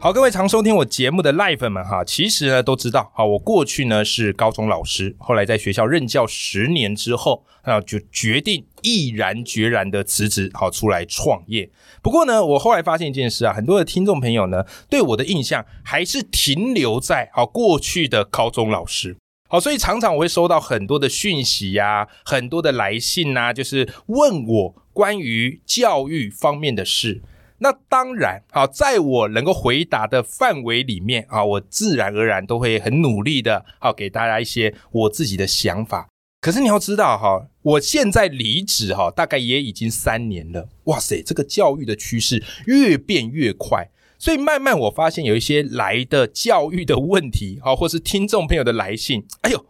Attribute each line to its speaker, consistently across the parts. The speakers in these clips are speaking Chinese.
Speaker 1: 好，各位常收听我节目的赖粉们哈，其实呢都知道，哈，我过去呢是高中老师，后来在学校任教十年之后，啊，就决定毅然决然的辞职，好出来创业。不过呢，我后来发现一件事啊，很多的听众朋友呢对我的印象还是停留在好过去的高中老师。好，所以常常我会收到很多的讯息呀、很多的来信呐、就是问我关于教育方面的事。那当然，好，在我能够回答的范围里面啊，我自然而然都会很努力的，好给大家一些我自己的想法。可是你要知道哈，我现在离职哈，大概也已经三年了。哇塞，这个教育的趋势越变越快，所以慢慢我发现有一些来的教育的问题，好，或是听众朋友的来信，哎呦，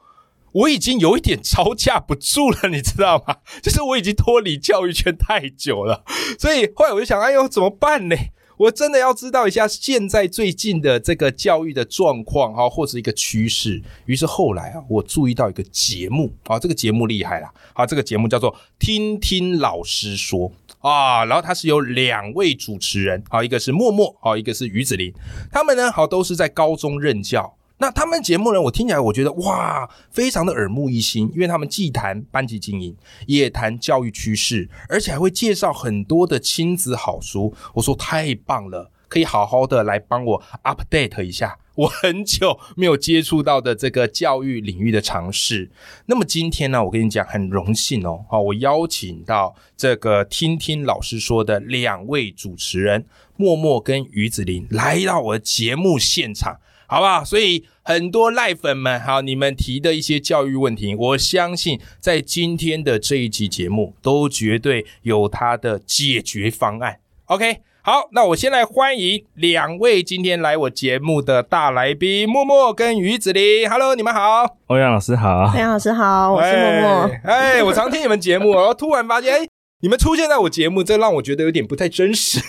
Speaker 1: 我已经有一点 招架不住了，你知道吗？就是我已经脱离教育圈太久了， 所以后来我就想，哎呦，怎么办呢？我真的要知道一下现在最近的这个教育的状况哈，或是一个趋势。于是后来啊，我注意到一个节目啊，这个节目厉害啦，啊，这个节目叫做《听听老师说》啊，然后它是由两位主持人啊，一个是默默啊，一个是于子林，他们呢好都是在高中任教。那他们节目呢，我听起来我觉得哇，非常的耳目一新，因为他们既谈班级经营，也谈教育趋势，而且还会介绍很多的亲子好书。我说太棒了，可以好好的来帮我 update 一下我很久没有接触到的这个教育领域的尝试。那么今天呢，我跟你讲，很荣幸哦，好，我邀请到这个听听老师说的两位主持人默默跟于子林来到我的节目现场。好不好？所以很多赖粉们，好，你们提的一些教育问题，我相信在今天的这一集节目都绝对有它的解决方案。OK，好，那我先来欢迎两位今天来我节目的大来宾，默默跟于子林。Hello，你们好。
Speaker 2: 欧阳老师
Speaker 1: 啊
Speaker 2: 好
Speaker 3: 大，家老师好，我是默默。
Speaker 1: 哎。哎，我常听你们节目，然后突然发现，哎，你们出现在我节目，这让我觉得有点不太真实。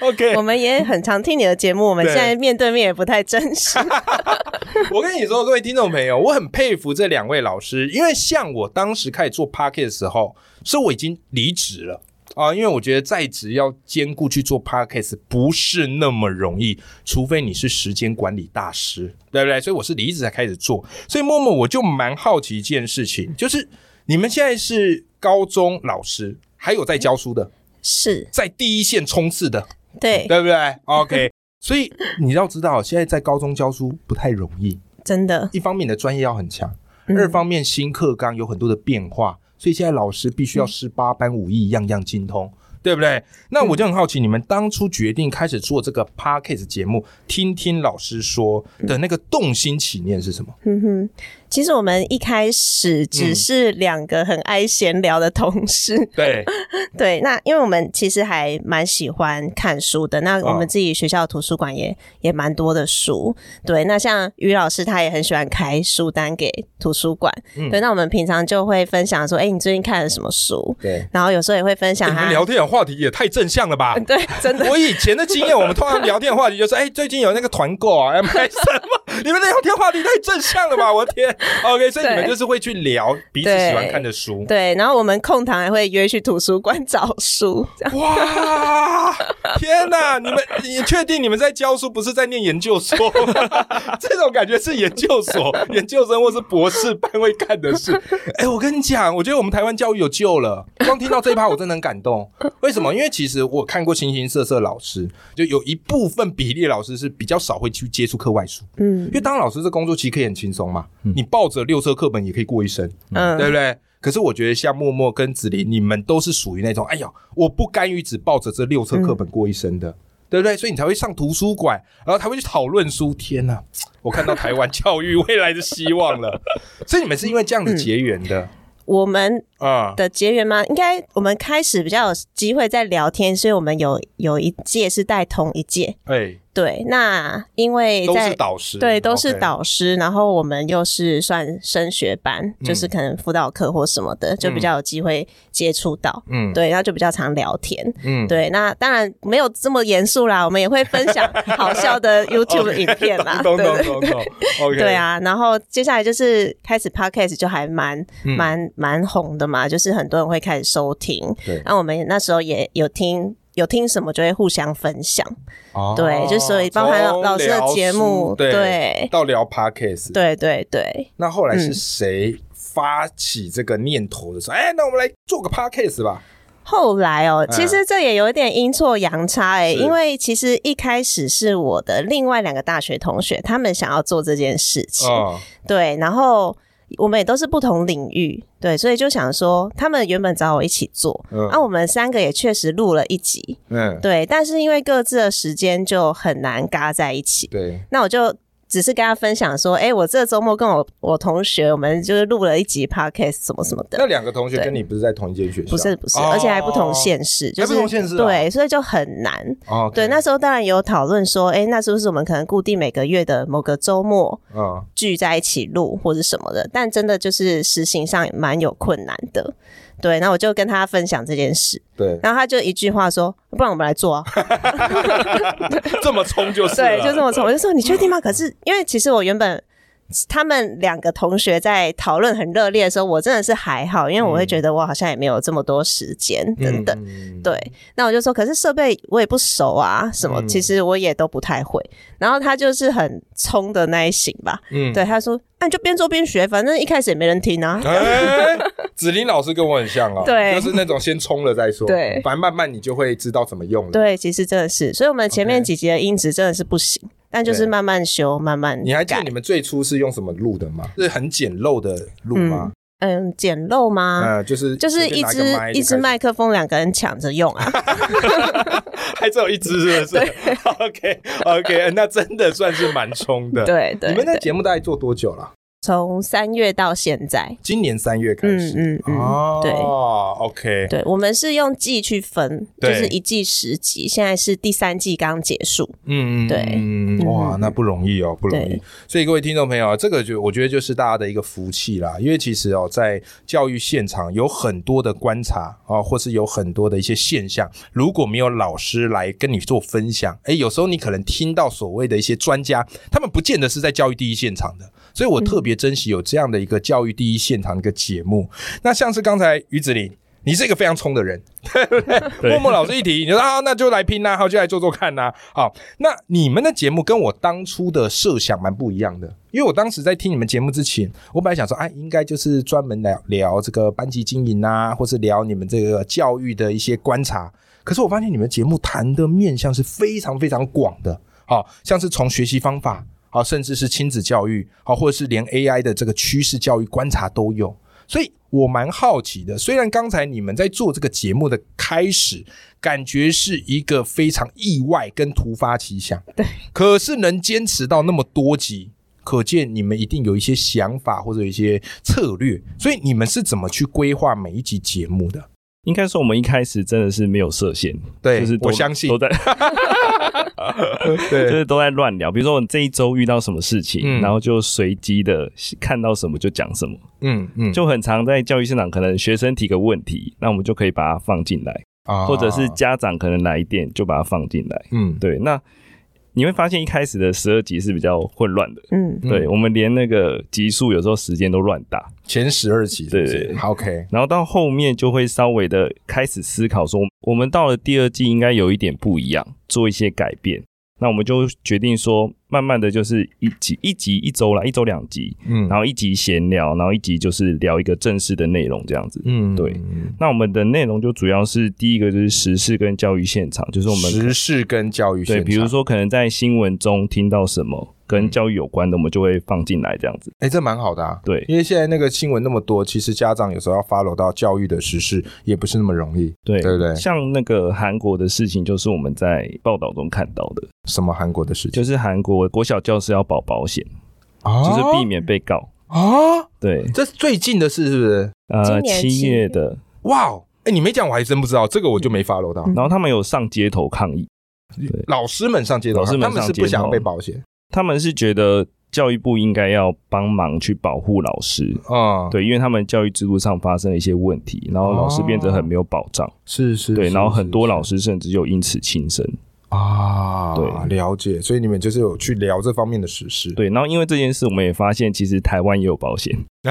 Speaker 1: OK，
Speaker 3: 我们也很常听你的节目，我们
Speaker 1: 对
Speaker 3: 现在面对面也不太真 实。
Speaker 1: 我跟你说，各位听众朋友，我很佩服这两位老师，因为像我当时开始做 p o c k e t 的时候，是我已经离职了啊，因为我觉得在职要兼顾去做 p o c k e t 不是那么容易，除非你是时间管理大师，对不对？所以我是离职才开始做，所以默默我就蛮好奇一件事情，就是你们现在是高中老师，还有在教书的，
Speaker 3: 是，
Speaker 1: 在第一线冲刺的，
Speaker 3: 对，
Speaker 1: 对不对？OK，所以你要知道，现在在高中教书不太容易。
Speaker 3: 真的。
Speaker 1: 一方面你的专业要很强，
Speaker 3: 嗯
Speaker 1: 二方面新课纲有很多的变化，所以现在老师必
Speaker 3: 嗯
Speaker 1: 须要十八般武艺，样样精通，对不对？那我就很好奇，你们当初决定开始做这个 podcast 节目，听听老师说的那个动心起念是什么？
Speaker 3: 嗯哼，其实我们一开始
Speaker 1: 嗯
Speaker 3: 只是两个很爱闲聊的同事，
Speaker 1: 对，
Speaker 3: 对。那因为我们其实还蛮喜欢看书的，那我们自己学校的图书馆也也蛮多的书，对。那像于老师他也很喜欢开书单给图书馆，
Speaker 1: 嗯
Speaker 3: 对。那我们平常就会分享说，哎、你最近看了什么书？
Speaker 1: 对。
Speaker 3: 然后有时候也会分享
Speaker 1: 哎你
Speaker 3: 他
Speaker 1: 们聊天的话题也太正向了吧！
Speaker 3: 对，真 的。
Speaker 1: 我以前的经验，我们通常聊天的话题就是：哎、最近有那个团购 啊，要买什么？你们的聊天话题太正向了吧！我的天，OK，所以你们
Speaker 3: 对
Speaker 1: 就是会去聊彼此喜欢看的书。
Speaker 3: 对，然后我们空堂还会约去图书馆找书，这 样
Speaker 1: 哇！天哪，你们你确定你们在教书，不是在念研究所？ 这种感觉是研究所研究生或是博士班会干的事。哎、我跟你讲，我觉得我们台湾教育有救了。光听到这一趴，我真的很感动。为什么？因为其实我看过形形色色老师，就有一部分比例的老师是比较少会去接触课外书，
Speaker 3: 嗯
Speaker 1: 因为当老师这工作其实可以很轻松嘛，你抱着六册课本也可以过一生。对
Speaker 3: 嗯，
Speaker 1: 不对？可是我觉得像默默跟子林，你们都是属于那种，哎呦，我不甘于只抱着这六册课本过一生
Speaker 3: 嗯
Speaker 1: 的，对不对？所以你才会上图书馆，然后才会去讨论书。天呐，我看到台湾教育未来的希望 了。所以你们是因为这样子结缘的
Speaker 3: 我们
Speaker 1: 啊？
Speaker 3: 的结缘吗？应该我们开始比较有机会在聊天，所以我们有有一届是带同一届，
Speaker 1: 哎，
Speaker 3: 对，那因为
Speaker 1: 都
Speaker 3: 在
Speaker 1: 是导师，
Speaker 3: 对，都是
Speaker 1: OK
Speaker 3: 导师，然后我们又是算升学班，
Speaker 1: 嗯
Speaker 3: 就是可能辅导课或什么的，就比较有机会接触到。
Speaker 1: 嗯
Speaker 3: 对，然后就比较常聊天。
Speaker 1: 嗯，
Speaker 3: 对，那当然没有这么严肃啦，我们也会分享好笑 的 YouTube 影片啦。
Speaker 1: 懂
Speaker 3: 对
Speaker 1: 懂
Speaker 3: 对
Speaker 1: 懂懂，OK，
Speaker 3: 对，啊，然后接下来就是开始 podcast 就还蛮
Speaker 1: 嗯
Speaker 3: 蛮蛮红的嘛，就是很多人会开始收听。
Speaker 1: 对
Speaker 3: 那我们那时候也有听，有听什么就会互相分享。
Speaker 1: 哦
Speaker 3: 对，就所以包含
Speaker 1: 从
Speaker 3: 老师的
Speaker 1: 哦聊
Speaker 3: 节
Speaker 1: 书
Speaker 3: 目，
Speaker 1: 对，
Speaker 3: 对
Speaker 1: 到聊 podcast，
Speaker 3: 对对对，
Speaker 1: 那后来
Speaker 3: 嗯
Speaker 1: 是谁发起这个念头的时候？哎、那我们来做个 podcast 吧。
Speaker 3: 后来哦，
Speaker 1: 嗯
Speaker 3: 其实这也有一点阴错阳差哎、
Speaker 1: 是
Speaker 3: 因为其实一开始是我的另外两个大学同学，他们想要做这件事情，
Speaker 1: 哦，
Speaker 3: 对，然后我们也都是不同领域，对，所以就想说，他们原本找我一起做，那、
Speaker 1: 嗯
Speaker 3: 我们三个也确实录了一集，
Speaker 1: 嗯，
Speaker 3: 对，但是因为各自的时间就很难嘎在一起，
Speaker 1: 对，
Speaker 3: 那我就只是跟他分享说，哎、我这周末跟我我同学，我们就是录了一集 podcast 什么什么的
Speaker 1: 那，两个同学跟你不是在同一间学校？
Speaker 3: 不是不是，
Speaker 1: 哦
Speaker 3: 而且还不同县市，就
Speaker 1: 还不
Speaker 3: 是
Speaker 1: 同县市啊
Speaker 3: 对，所以就很难。
Speaker 1: 哦，
Speaker 3: 对，那时候当然有讨论说，哎、那是不是我们可能固定每个月的某个周末
Speaker 1: 嗯，
Speaker 3: 聚在一起录或者什么的？但真的就是实行上也蛮有困难的。对，那我就跟他分享这件事，
Speaker 1: 对，
Speaker 3: 然后他就一句话说：“不然我们来做啊。”
Speaker 1: 这么冲就是啊
Speaker 3: 对，就这么从我就说你确定吗？可是因为其实我原本他们两个同学在讨论很热烈的时候，我真的是还好，因为我会觉得我好像也没有这么多时间等等。
Speaker 1: 嗯
Speaker 3: 对，那我就说，可是设备我也不熟啊，什么、
Speaker 1: 嗯
Speaker 3: 其实我也都不太会。然后他就是很冲的那一型吧，
Speaker 1: 嗯
Speaker 3: 对，他说，那、你就边做边学，反正一开始也没人听啊。
Speaker 1: 哎，子琳老师跟我很像哦，
Speaker 3: 对
Speaker 1: 就是那种先冲了再说，
Speaker 3: 对
Speaker 1: 反正慢慢你就会知道怎么用了。，
Speaker 3: 对，其实真的是，所以我们前面
Speaker 1: OK
Speaker 3: 几集的音质真的是不行，但就是
Speaker 1: 对
Speaker 3: 慢慢修，慢慢
Speaker 1: 你还记得
Speaker 3: 改
Speaker 1: 你们最初是用什么录的吗？是很简陋的录吗？
Speaker 3: 嗯捡漏吗？
Speaker 1: 嗯，就是
Speaker 3: 就是一
Speaker 1: 随便
Speaker 3: 支
Speaker 1: 拿个
Speaker 3: 一支
Speaker 1: 开始
Speaker 3: 麦克风，两个人抢着用 啊。
Speaker 1: 还只有一只，是不是？OK OK，那真的算是蛮冲的。
Speaker 3: 对对
Speaker 1: 你们那
Speaker 3: 对
Speaker 1: 节目大概做多久了？
Speaker 3: 从三月到现在，
Speaker 1: 今年三月开
Speaker 3: 嗯
Speaker 1: 始。
Speaker 3: 嗯嗯，
Speaker 1: 哦，
Speaker 3: 对
Speaker 1: ，OK，
Speaker 3: 对，我们是用季去分，就
Speaker 1: 对
Speaker 3: 是一季十集，现在是第三季刚结束。
Speaker 1: 嗯嗯，
Speaker 3: 对
Speaker 1: 嗯，哇，那不容易哦，不容易
Speaker 3: 对。
Speaker 1: 所以各位听众朋友，啊这个就我觉得就是大家的一个福气啦，因为其实哦，在教育现场有很多的观察啊、哦，或是有很多的一些现象，如果没有老师来跟你做分享，诶，有时候你可能听到所谓的一些专家，他们不见得是在教育第一现场的。所以我特别珍惜有这样的一个教育第一现场的一个节目。那像是刚才于子林，你是一个非常冲的人，默默老师一提，你就说啊，那就来拼啦、好，就来做做看啦、好，那你们的节目跟我当初的设想蛮不一样的，因为我当时在听你们节目之前，我本来想说，哎，应该就是专门聊聊这个班级经营啊，或是聊你们这个教育的一些观察。可是我发现你们节目谈的面向是非常非常广的，好、像是从学习方法，好、甚至是亲子教育，好、或者是连 AI 的这个趋势教育观察都有。所以我蛮好奇的，虽然刚才你们在做这个节目的开始，感觉是一个非常意外跟突发奇想，对，可是能坚持到那么多集。可见你们一定有一些想法或者有一些策略，所以你们是怎么去规划每一集节目的？
Speaker 2: 应该说我们一开始真的是没有设限，
Speaker 1: 对，
Speaker 2: 就是都
Speaker 1: 我相信
Speaker 2: 都，在就
Speaker 1: 对，
Speaker 2: 是都在乱聊。比如说我这一周遇到什么事情，
Speaker 1: 嗯
Speaker 2: 然后就随机的看到什么就讲什么，
Speaker 1: 嗯嗯，
Speaker 2: 就很常在教育现场，可能学生提个问题，那我们就可以把它放进来，
Speaker 1: 啊
Speaker 2: 或者是家长可能来电就把它放进来。
Speaker 1: 嗯，
Speaker 2: 对，那你会发现一开始的十二集是比较混乱的。
Speaker 3: 嗯，
Speaker 1: 嗯
Speaker 2: 对，我们连那个集数有时候时间都乱打，
Speaker 1: 前十二集是不是
Speaker 2: 对
Speaker 1: 好？OK，
Speaker 2: 然后到后面就会稍微的开始思考说，我们到了第二季应该有一点不一样，做一些改变。那我们就决定说，慢慢的就是一集一集一周啦，一周两集，
Speaker 1: 嗯
Speaker 2: 然后一集闲聊，然后一集就是聊一个正式的内容这样子。
Speaker 1: 嗯，
Speaker 2: 对，那我们的内容就主要是第一个就是时事跟教育现场，就是我们
Speaker 1: 时事跟教育
Speaker 2: 对，
Speaker 1: 现
Speaker 2: 比如
Speaker 1: 场
Speaker 2: 说可能在新闻中听到什么跟教育有关的，我们就会放进来这样子。
Speaker 1: 哎、这蛮好的啊。
Speaker 2: 对
Speaker 1: 因为现在那个新闻那么多，其实家长有时候要 follow 到教育的时事，也不是那么容易。
Speaker 2: 对
Speaker 1: 对对
Speaker 2: 像那个韩国的事情，就是我们在报道中看到的，
Speaker 1: 什么韩国的事情，
Speaker 2: 就是韩国国小教师要保保险，
Speaker 1: 啊
Speaker 2: 就是避免被告。
Speaker 1: 啊，
Speaker 2: 对，
Speaker 1: 这是最近的事是不是？
Speaker 2: 呃
Speaker 3: 今，年
Speaker 2: 七
Speaker 3: 七
Speaker 2: 月
Speaker 3: 月
Speaker 2: 的，
Speaker 1: 哇、哦，哎、你没讲我还真不知道，这个我就没 follow 到。
Speaker 3: 嗯
Speaker 2: 然后他们有上街头抗议，
Speaker 1: 老师们上街头，
Speaker 2: 老师们
Speaker 1: 他们是
Speaker 2: 上街
Speaker 1: 不想
Speaker 2: 头
Speaker 1: 被保险
Speaker 2: 他们是觉得教育部应该要帮忙去保护老师，
Speaker 1: 啊，，
Speaker 2: 对，因为他们教育制度上发生了一些问题，然后老师变得很没有保障，
Speaker 1: 是是，
Speaker 2: 对，
Speaker 1: 哦是
Speaker 2: 然后很多
Speaker 1: 是
Speaker 2: 老师甚至就因此轻生，
Speaker 1: 啊，
Speaker 2: 对
Speaker 1: 了解，所以你们就是有去聊这方面的实事，
Speaker 2: 对，然后因为这件事，我们也发现其实台湾也有保险，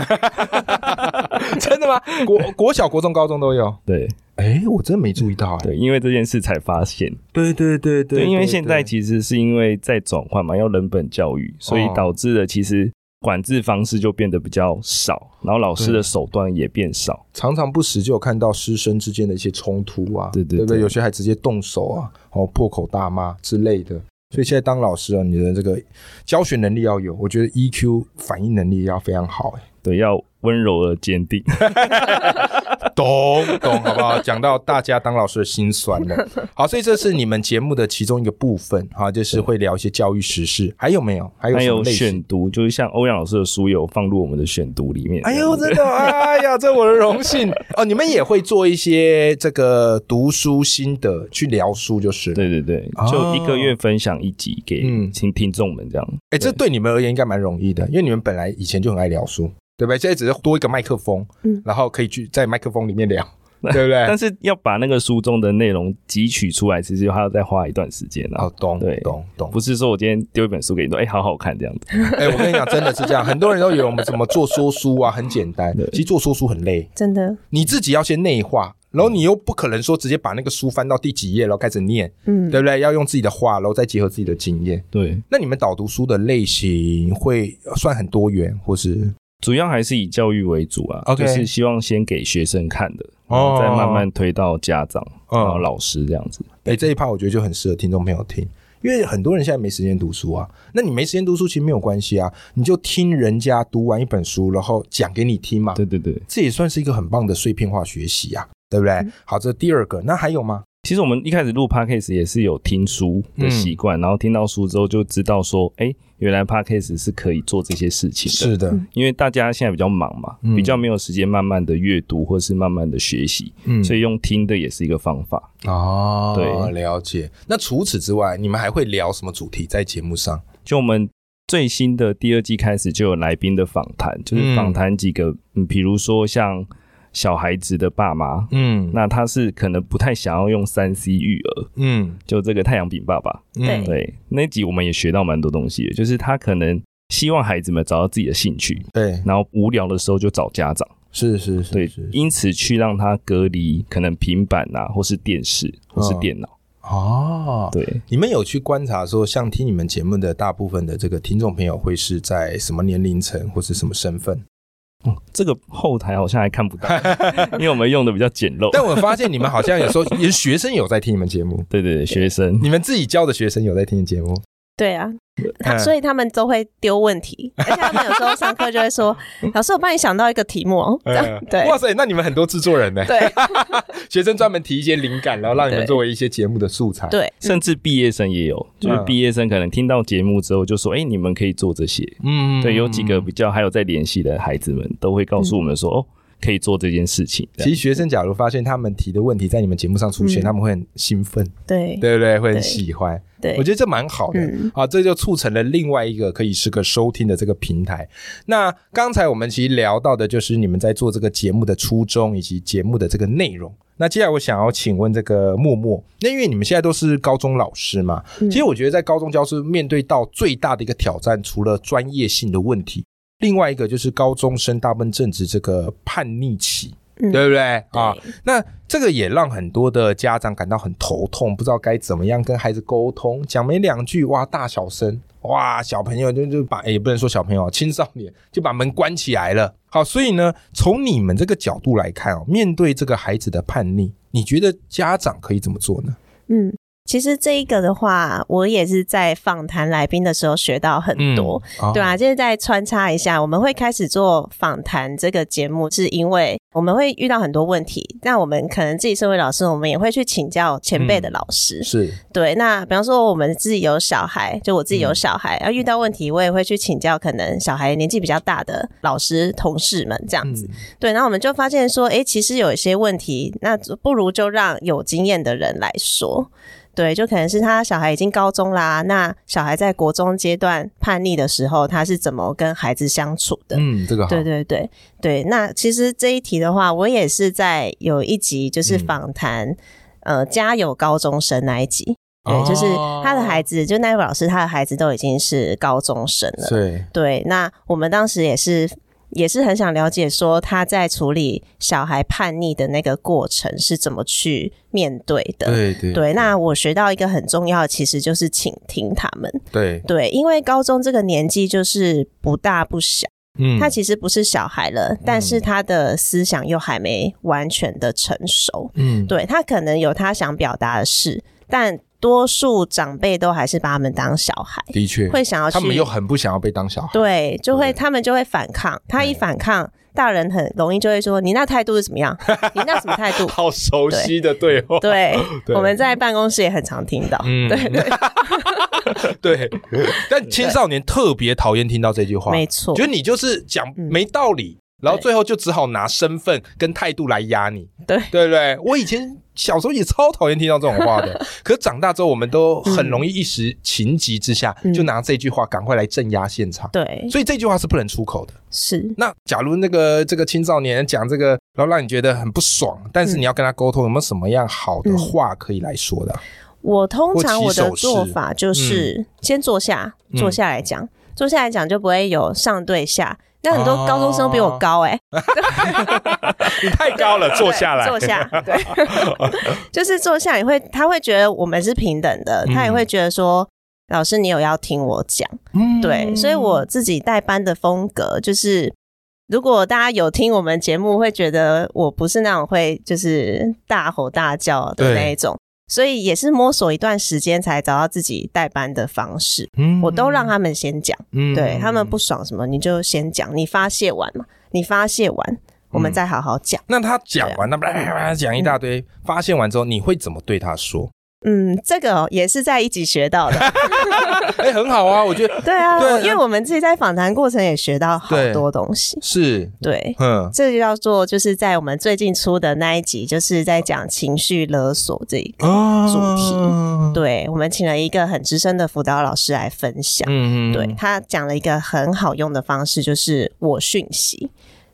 Speaker 1: 真的吗？国国小、国中、高中都有。
Speaker 2: 对
Speaker 1: 哎，我真没注意到，哎，
Speaker 2: 对，因为这件事才发现，
Speaker 1: 对对对对
Speaker 2: 对，因为现在其实是因为在转换嘛，要人本教育，所以
Speaker 1: 哦
Speaker 2: 导致了其实管制方式就变得比较少，然后老师
Speaker 1: 对
Speaker 2: 的手段也变少，
Speaker 1: 常常不时就有看到师生之间的一些冲突啊，
Speaker 2: 对对
Speaker 1: 对不
Speaker 2: 对
Speaker 1: 有些还直接动手啊，哦，破口大骂之类的。所以现在当老师啊，你的这个教学能力要有，我觉得 EQ 反应能力要非常好、哎，
Speaker 2: 对，要温柔而坚定。
Speaker 1: 懂懂，好不好？ 讲到大家当老师的心酸了。好，所以这是你们节目的其中一个部分，哈，就是会聊一些教育时事，还有没有？还有
Speaker 2: 还
Speaker 1: 什么
Speaker 2: 有
Speaker 1: 类型
Speaker 2: 选？读，就是像欧阳老师的书有放入我们的选读里面。
Speaker 1: 哎呦，
Speaker 2: 这
Speaker 1: 真
Speaker 2: 样
Speaker 1: 的，哎呀，这我的荣幸哦！你们也会做一些这个读书心得，去聊书就是了。
Speaker 2: 对对对，
Speaker 1: 哦
Speaker 2: 就一个月分享一集给
Speaker 1: 嗯
Speaker 2: 听听众们这样。
Speaker 1: 哎、这对你们而言应该蛮容易的，因为你们本来以前就很爱聊书，对不对？现在只是多一个麦克风，
Speaker 3: 嗯
Speaker 1: 然后可以去在麦克风里 面聊，对不对
Speaker 2: 但？是要把那个书中的内容汲取出来，其实还要再花一段时间啊
Speaker 1: 哦，。懂
Speaker 2: 对
Speaker 1: 懂懂
Speaker 2: 不。是说我今天丢一本书给你说，哎、好好看这样子。
Speaker 1: 哎、我跟你讲，真的是这样，很多人都以为我们怎么做说书啊，很简单，其实做说书很累，
Speaker 3: 真的，
Speaker 1: 你自己要先内化，然后你又不可能说直接把那个书翻到第几页，然后开始念，
Speaker 3: 嗯，
Speaker 1: 对不对？要用自己的话，然后再结合自己的经验。
Speaker 2: 对，
Speaker 1: 那你们导读书的类型会算很多元，或是
Speaker 2: 主要还是以教育为主啊
Speaker 1: OK
Speaker 2: 就是希望先给学生看的，然
Speaker 1: 哦
Speaker 2: 后再慢慢推到家长、
Speaker 1: 嗯
Speaker 2: 然后老师这样子。
Speaker 1: 哎、这一趴我觉得就很适合听众朋友听，因为很多人现在没时间读书啊。那你没时间读书其实没有关系啊，你就听人家读完一本书，然后讲给你听嘛。
Speaker 2: 对对对，
Speaker 1: 这也算是一个很棒的碎片化学习啊，对不对？
Speaker 2: 嗯
Speaker 1: 好，这第二个，那还有吗？
Speaker 2: 其实我们一开始录 podcast 也是有听书的习
Speaker 1: 嗯
Speaker 2: 惯，然后听到书之后就知道说，哎、原来 podcast 是可以做这些事情的。
Speaker 1: 的，
Speaker 2: 因为大家现在比较忙嘛，
Speaker 1: 嗯
Speaker 2: 比较没有时间慢慢的阅读或是慢慢的学习，
Speaker 1: 嗯
Speaker 2: 所以用听的也是一个方法。
Speaker 1: 哦，
Speaker 2: 对
Speaker 1: 了解。那除此之外，你们还会聊什么主题在节目上？
Speaker 2: 就我们最新的第二季开始就有来宾的访谈，就是访谈几个，嗯，比如说像小孩子的爸妈，
Speaker 1: 嗯
Speaker 2: 那他是可能不太想要用三 C 育儿，
Speaker 1: 嗯，
Speaker 2: 就这个太阳饼爸爸，
Speaker 3: 对
Speaker 1: 对
Speaker 2: 对那一集我们也学到蛮多东西的，就是他可能希望孩子们找到自己的兴趣，
Speaker 1: 对，
Speaker 2: 然后无聊的时候就找家长，
Speaker 1: 是是是，
Speaker 2: 对
Speaker 1: 是，
Speaker 2: 因此去让他隔离可能平板啊，或是电视，
Speaker 1: 嗯
Speaker 2: 或是电脑，
Speaker 1: 哦，
Speaker 2: 对。
Speaker 1: 你们有去观察说，像听你们节目的大部分的这个听众朋友会是在什么年龄层或是什么身份？
Speaker 2: 哦这个后台好像还看不到，因为我们用的比较简陋。
Speaker 1: 但我发现你们好像有时候也是学生有在听你们节 目，
Speaker 2: 对对对，学生
Speaker 1: 你们自己教的学生有在听节目，
Speaker 3: 对啊，他
Speaker 1: 嗯
Speaker 3: 所以他们都会丢问 题，而且他们有时候上课就会说：“老师，我帮你想到一个题目哦。” 这样对
Speaker 1: 嗯哇塞，那你们很多制作人呢、
Speaker 3: 对
Speaker 1: 学生专门提一些灵感，然后让你们
Speaker 3: 对
Speaker 1: 作为一些节目的素材。，
Speaker 3: 对，
Speaker 2: 甚至毕业生也有，就是
Speaker 1: 嗯
Speaker 2: 毕业生可能听到节目之后就说：“哎、你们可以做这些。
Speaker 1: 嗯
Speaker 2: 对，有几个比较还有在联系的孩子们都会告诉我们说：“哦，可以做这件事情。
Speaker 1: 嗯
Speaker 2: 这
Speaker 1: 其
Speaker 2: 样
Speaker 1: 实学生假如发现他们提的问题在你们节目上出现，
Speaker 3: 嗯
Speaker 1: 他们会很兴奋，
Speaker 3: 对
Speaker 1: 对不对？会很
Speaker 3: 对
Speaker 1: 喜欢。
Speaker 3: 对
Speaker 1: 我觉得这蛮好的、
Speaker 3: 嗯
Speaker 1: 啊，这就促成了另外一个可以是个收听的这个平台。那刚才我们其实聊到的就是你们在做这个节目的初衷以及节目的这个内容。那接下来我想要请问这个默默，那因为你们现在都是高中老师嘛，
Speaker 3: 嗯
Speaker 1: 其实我觉得在高中教师面对到最大的一个挑战，除了专业性的问题，另外一个就是高中生大部分正值这个叛逆期，
Speaker 3: 嗯
Speaker 1: 对不对啊？
Speaker 3: 对
Speaker 1: 那这个也让很多的家长感到很头痛，不知道该怎么样跟孩子沟通。讲没两句，哇，大小声，哇，小朋友就就把、诶也不能说小朋友，青少年就把门关起来了。好，所以呢，从你们这个角度来看哦，面对这个孩子的叛逆，你觉得家长可以怎么做呢？
Speaker 3: 嗯，其实这一个的话，我也是在访谈来宾的时候学到很多，
Speaker 1: 啊
Speaker 3: 对啊，就是再穿插一下，我们会开始做访谈这个节目，是因为我们会遇到很多问题，那我们可能自己身为老师，我们也会去请教前辈的老师。
Speaker 1: 是
Speaker 3: 对，那比方说我们自己有小孩，就我自己有小孩，然后遇到问题，我也会去请教可能小孩年纪比较大的老师、同事们这样子。对，然后我们就发现说，诶，其实有一些问题，那不如就让有经验的人来说。对，就可能是他小孩已经高中啦，那小孩在国中阶段叛逆的时候，他是怎么跟孩子相处的？
Speaker 1: 嗯，这个好，
Speaker 3: 对对对对，那其实这一题的话，我也是在有一集就是访谈、呃家有高中生那一集，对，
Speaker 1: 哦
Speaker 3: 就是他的孩子，就那位老师他的孩子都已经是高中生了，
Speaker 1: 对，
Speaker 3: 对，那我们当时也是也是很想了解说他在处理小孩叛逆的那个过程是怎么去面对的，
Speaker 1: 对对
Speaker 3: 对，那我学到一个很重要的，其实就是倾听他们，
Speaker 1: 对，
Speaker 3: 对，因为高中这个年纪就是不大不小。
Speaker 1: 嗯
Speaker 3: 他其实不是小孩了，但是他的思想又还没完全的成熟。
Speaker 1: 嗯
Speaker 3: 对他可能有他想表达的事，但多数长辈都还是把他们当小孩，
Speaker 1: 的确，
Speaker 3: 会想要去
Speaker 1: 他们又很不想要被当小孩，
Speaker 3: 对，就会
Speaker 1: 对
Speaker 3: 他们就会反抗。他一反抗，大人很容易就会说：“你那态度是怎么样？你那什么态 度
Speaker 1: 好熟悉的对话，？”
Speaker 3: 对，
Speaker 1: 对
Speaker 3: 我们在办公室也很常听到。
Speaker 1: 嗯，
Speaker 3: 对对，
Speaker 1: 对，但青少年特别讨厌听到这句话，
Speaker 3: 没错
Speaker 1: 觉，得你就是讲
Speaker 3: 嗯
Speaker 1: 没道理，然后
Speaker 3: 对
Speaker 1: 最后就只好拿身份跟态度来压你，
Speaker 3: 对
Speaker 1: 对不对？我以前小时候也超讨厌听到这种话的，可长大之后我们都很容易一时情急之下、
Speaker 3: 嗯
Speaker 1: 就拿这句话赶快来镇压现场。
Speaker 3: 对
Speaker 1: 所以这句话是不能出口的。
Speaker 3: 是，
Speaker 1: 那假如那个这个青少年讲这个，然后让你觉得很不爽，但是
Speaker 3: 嗯
Speaker 1: 你要跟他沟通，有没有什么样好的话可以来说的啊？
Speaker 3: 我通
Speaker 1: 或
Speaker 3: 常
Speaker 1: 起
Speaker 3: 我的
Speaker 1: 手
Speaker 3: 做
Speaker 1: 势
Speaker 3: 法就是先坐下，
Speaker 1: 嗯
Speaker 3: 坐下来讲，坐下来讲就不会有上对下。那很多
Speaker 1: 哦
Speaker 3: 高中生比我高哎、欸
Speaker 1: 你太 高了，坐下来，
Speaker 3: 对坐下，对， 就是坐下，你会他会觉得我们是平等的，
Speaker 1: 嗯
Speaker 3: 他也会觉得说。老师，你有要听我讲，
Speaker 1: 嗯
Speaker 3: 对，所以我自己带班的风格就是，如果大家有听我们节目，会觉得我不是那种会就是大吼大叫的
Speaker 1: 对
Speaker 3: 那一种，所以也是摸索一段时间才找到自己带班的方式。
Speaker 1: 嗯
Speaker 3: 我都让他们先讲，
Speaker 1: 嗯
Speaker 3: 对他们不爽什么你就先讲，你发泄完嘛，你发泄完我
Speaker 1: 嗯
Speaker 3: 们再好好讲。
Speaker 1: 那他讲完，那叭叭叭叭讲一大堆，发现完之后，你会怎么对他说？
Speaker 3: 嗯，这个哦也是在一起学到的，
Speaker 1: 哎，很好啊，我觉得
Speaker 3: 对啊，
Speaker 1: 对
Speaker 3: 因为我们自己在访谈过程也学到好多东西，
Speaker 1: 是，
Speaker 3: 对。
Speaker 1: 嗯，
Speaker 3: 这就叫做，就是在我们最近出的那一集，就是在讲情绪勒索这一个。
Speaker 1: 啊
Speaker 3: 主题
Speaker 1: 对，
Speaker 3: 对，我们请了一个很资深的辅导老师来分享。
Speaker 1: 嗯嗯，
Speaker 3: 对他讲了一个很好用的方式，就是我讯息。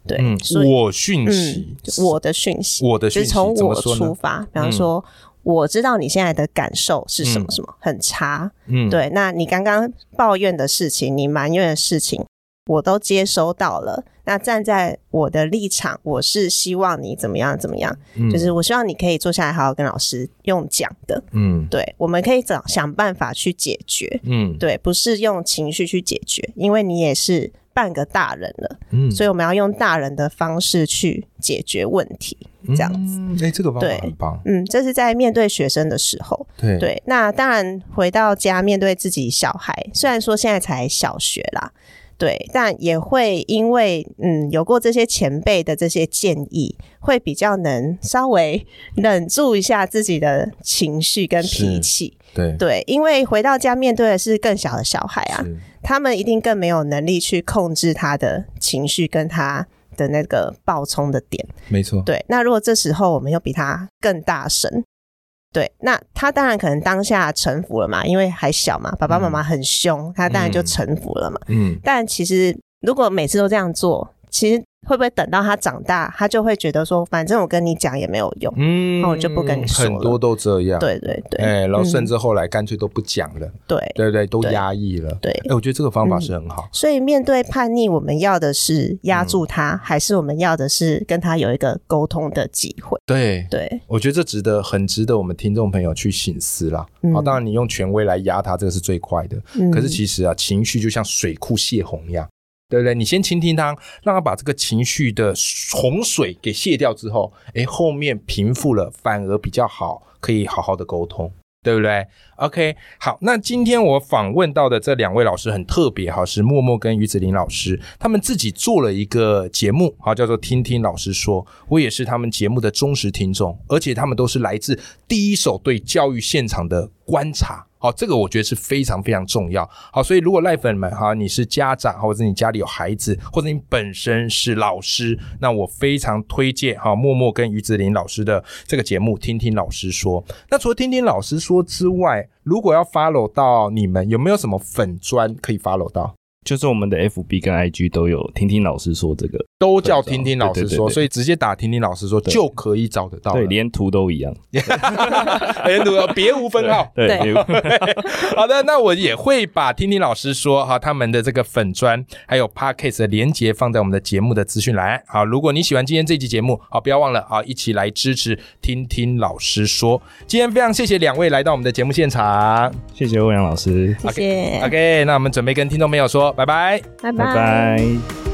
Speaker 3: 对，
Speaker 1: 嗯，
Speaker 3: 所以
Speaker 1: 我讯息
Speaker 3: 嗯，，我的讯息，
Speaker 1: 我的
Speaker 3: 就
Speaker 1: 讯
Speaker 3: 是
Speaker 1: 息
Speaker 3: 从
Speaker 1: 怎么
Speaker 3: 我
Speaker 1: 说呢
Speaker 3: 出发，比方说。我知道你现在的感受是什么
Speaker 1: 嗯
Speaker 3: 什么、很差，
Speaker 1: 嗯，
Speaker 3: 对，那你刚刚抱怨的事情，你埋怨的事情，我都接收到了。那站在我的立场，我是希望你怎么样怎么样，
Speaker 1: 嗯，
Speaker 3: 就是我希望你可以坐下来好好跟老师用讲的，
Speaker 1: 嗯
Speaker 3: 对，我们可以找想办法去解决，
Speaker 1: 嗯
Speaker 3: 对，不是用情绪去解决，因为你也是半个大人了，
Speaker 1: 嗯，
Speaker 3: 所以我们要用大人的方式去解决问题，这样子。
Speaker 1: 子，哎，这个方法
Speaker 3: 对
Speaker 1: 很棒，
Speaker 3: 嗯，这是在面对学生的时候。
Speaker 1: 对，
Speaker 3: 对，那当然回到家面对自己小孩，虽然说现在才小学啦，对，但也会因为嗯有过这些前辈的这些建议，会比较能稍微 忍住一下自己的情绪跟
Speaker 1: 是
Speaker 3: 脾气。
Speaker 1: 对
Speaker 3: 对，因为回到家面对的是更小的小孩啊，
Speaker 1: 是
Speaker 3: 他们一定更没有能力去控制他的情绪跟他的那个爆冲的点。
Speaker 1: 没错，
Speaker 3: 对，那如果这时候我们又比他更大声，对，那他当然可能当下臣服了嘛，因为还小嘛，爸爸妈妈很凶，他当然就臣服了嘛。
Speaker 1: 嗯，
Speaker 3: 但其实如果每次都这样做，其实会不会等到他长大，他就会觉得说，反正我跟你讲也没有用。
Speaker 1: 嗯，
Speaker 3: 那我就不跟你说了
Speaker 1: 很多都这样，，
Speaker 3: 对对对，
Speaker 1: 哎，然后
Speaker 3: 嗯
Speaker 1: 甚至后来干脆都不讲了，
Speaker 3: 对
Speaker 1: 对不对？都
Speaker 3: 对
Speaker 1: 压抑了，
Speaker 3: 对。嗯
Speaker 1: 哎，我觉得这个方法是很好，
Speaker 3: 所以面对叛逆，我们要的是
Speaker 1: 嗯
Speaker 3: 压住他，还是我们要的是跟他有一个沟通的机会？
Speaker 1: 对，
Speaker 3: 对，
Speaker 1: 我觉得这值得很值得我们听众朋友去醒思啦。好、
Speaker 3: 嗯
Speaker 1: 当然你用权威来压它，这个是最快的。
Speaker 3: 嗯
Speaker 1: 可是其实啊，情绪就像水库泄洪一样，对不对？你先倾听它，让它把这个情绪的洪水哎给泄掉之后，诶，后面平复了，反而比较好，可以好好的沟通。对不对？OK，好，那今天我访问到的这两位老师很特别哈，是默默跟于子林老师，他们自己做了一个节目，好叫做《听听老师说》，我也是他们节目的忠实听众，而且他们都是来自第一手对教育现场的观察。好，这个我觉得是非常非常重要。好，所以如果赖粉们哈，你是家长，或者你家里有孩子，或者你本身是老师，那我非常推荐哈，默默跟于子林老师的这个节目，听听老师说。那除了听听老师说之外，如果要 follow 到你们，有没有什么粉砖可以 follow 到？
Speaker 2: 就是我们的 FB 跟 IG 都有听听老师说这个，
Speaker 1: 都叫听听老师
Speaker 2: 对对对
Speaker 1: 说，
Speaker 2: 对
Speaker 1: 所以直接打听听老师说就可以找得到了。
Speaker 2: 对，连图都一样，
Speaker 1: 连读别无分号。
Speaker 2: 对，
Speaker 3: 对
Speaker 2: 有
Speaker 1: 好的，那我也会把听听老师说哈，他们的这个粉砖还有 podcast 的连接放在我们的节目的资讯栏。好，如果你喜欢今天这期节目，好，不要忘了啊，一起来支持听听老师说。今天非常谢谢两位来到我们的节目现场。
Speaker 2: 谢谢欧阳老师，
Speaker 3: 谢谢，
Speaker 1: OK，那我们准备跟听众朋友说拜拜。
Speaker 3: 拜拜
Speaker 2: 拜拜。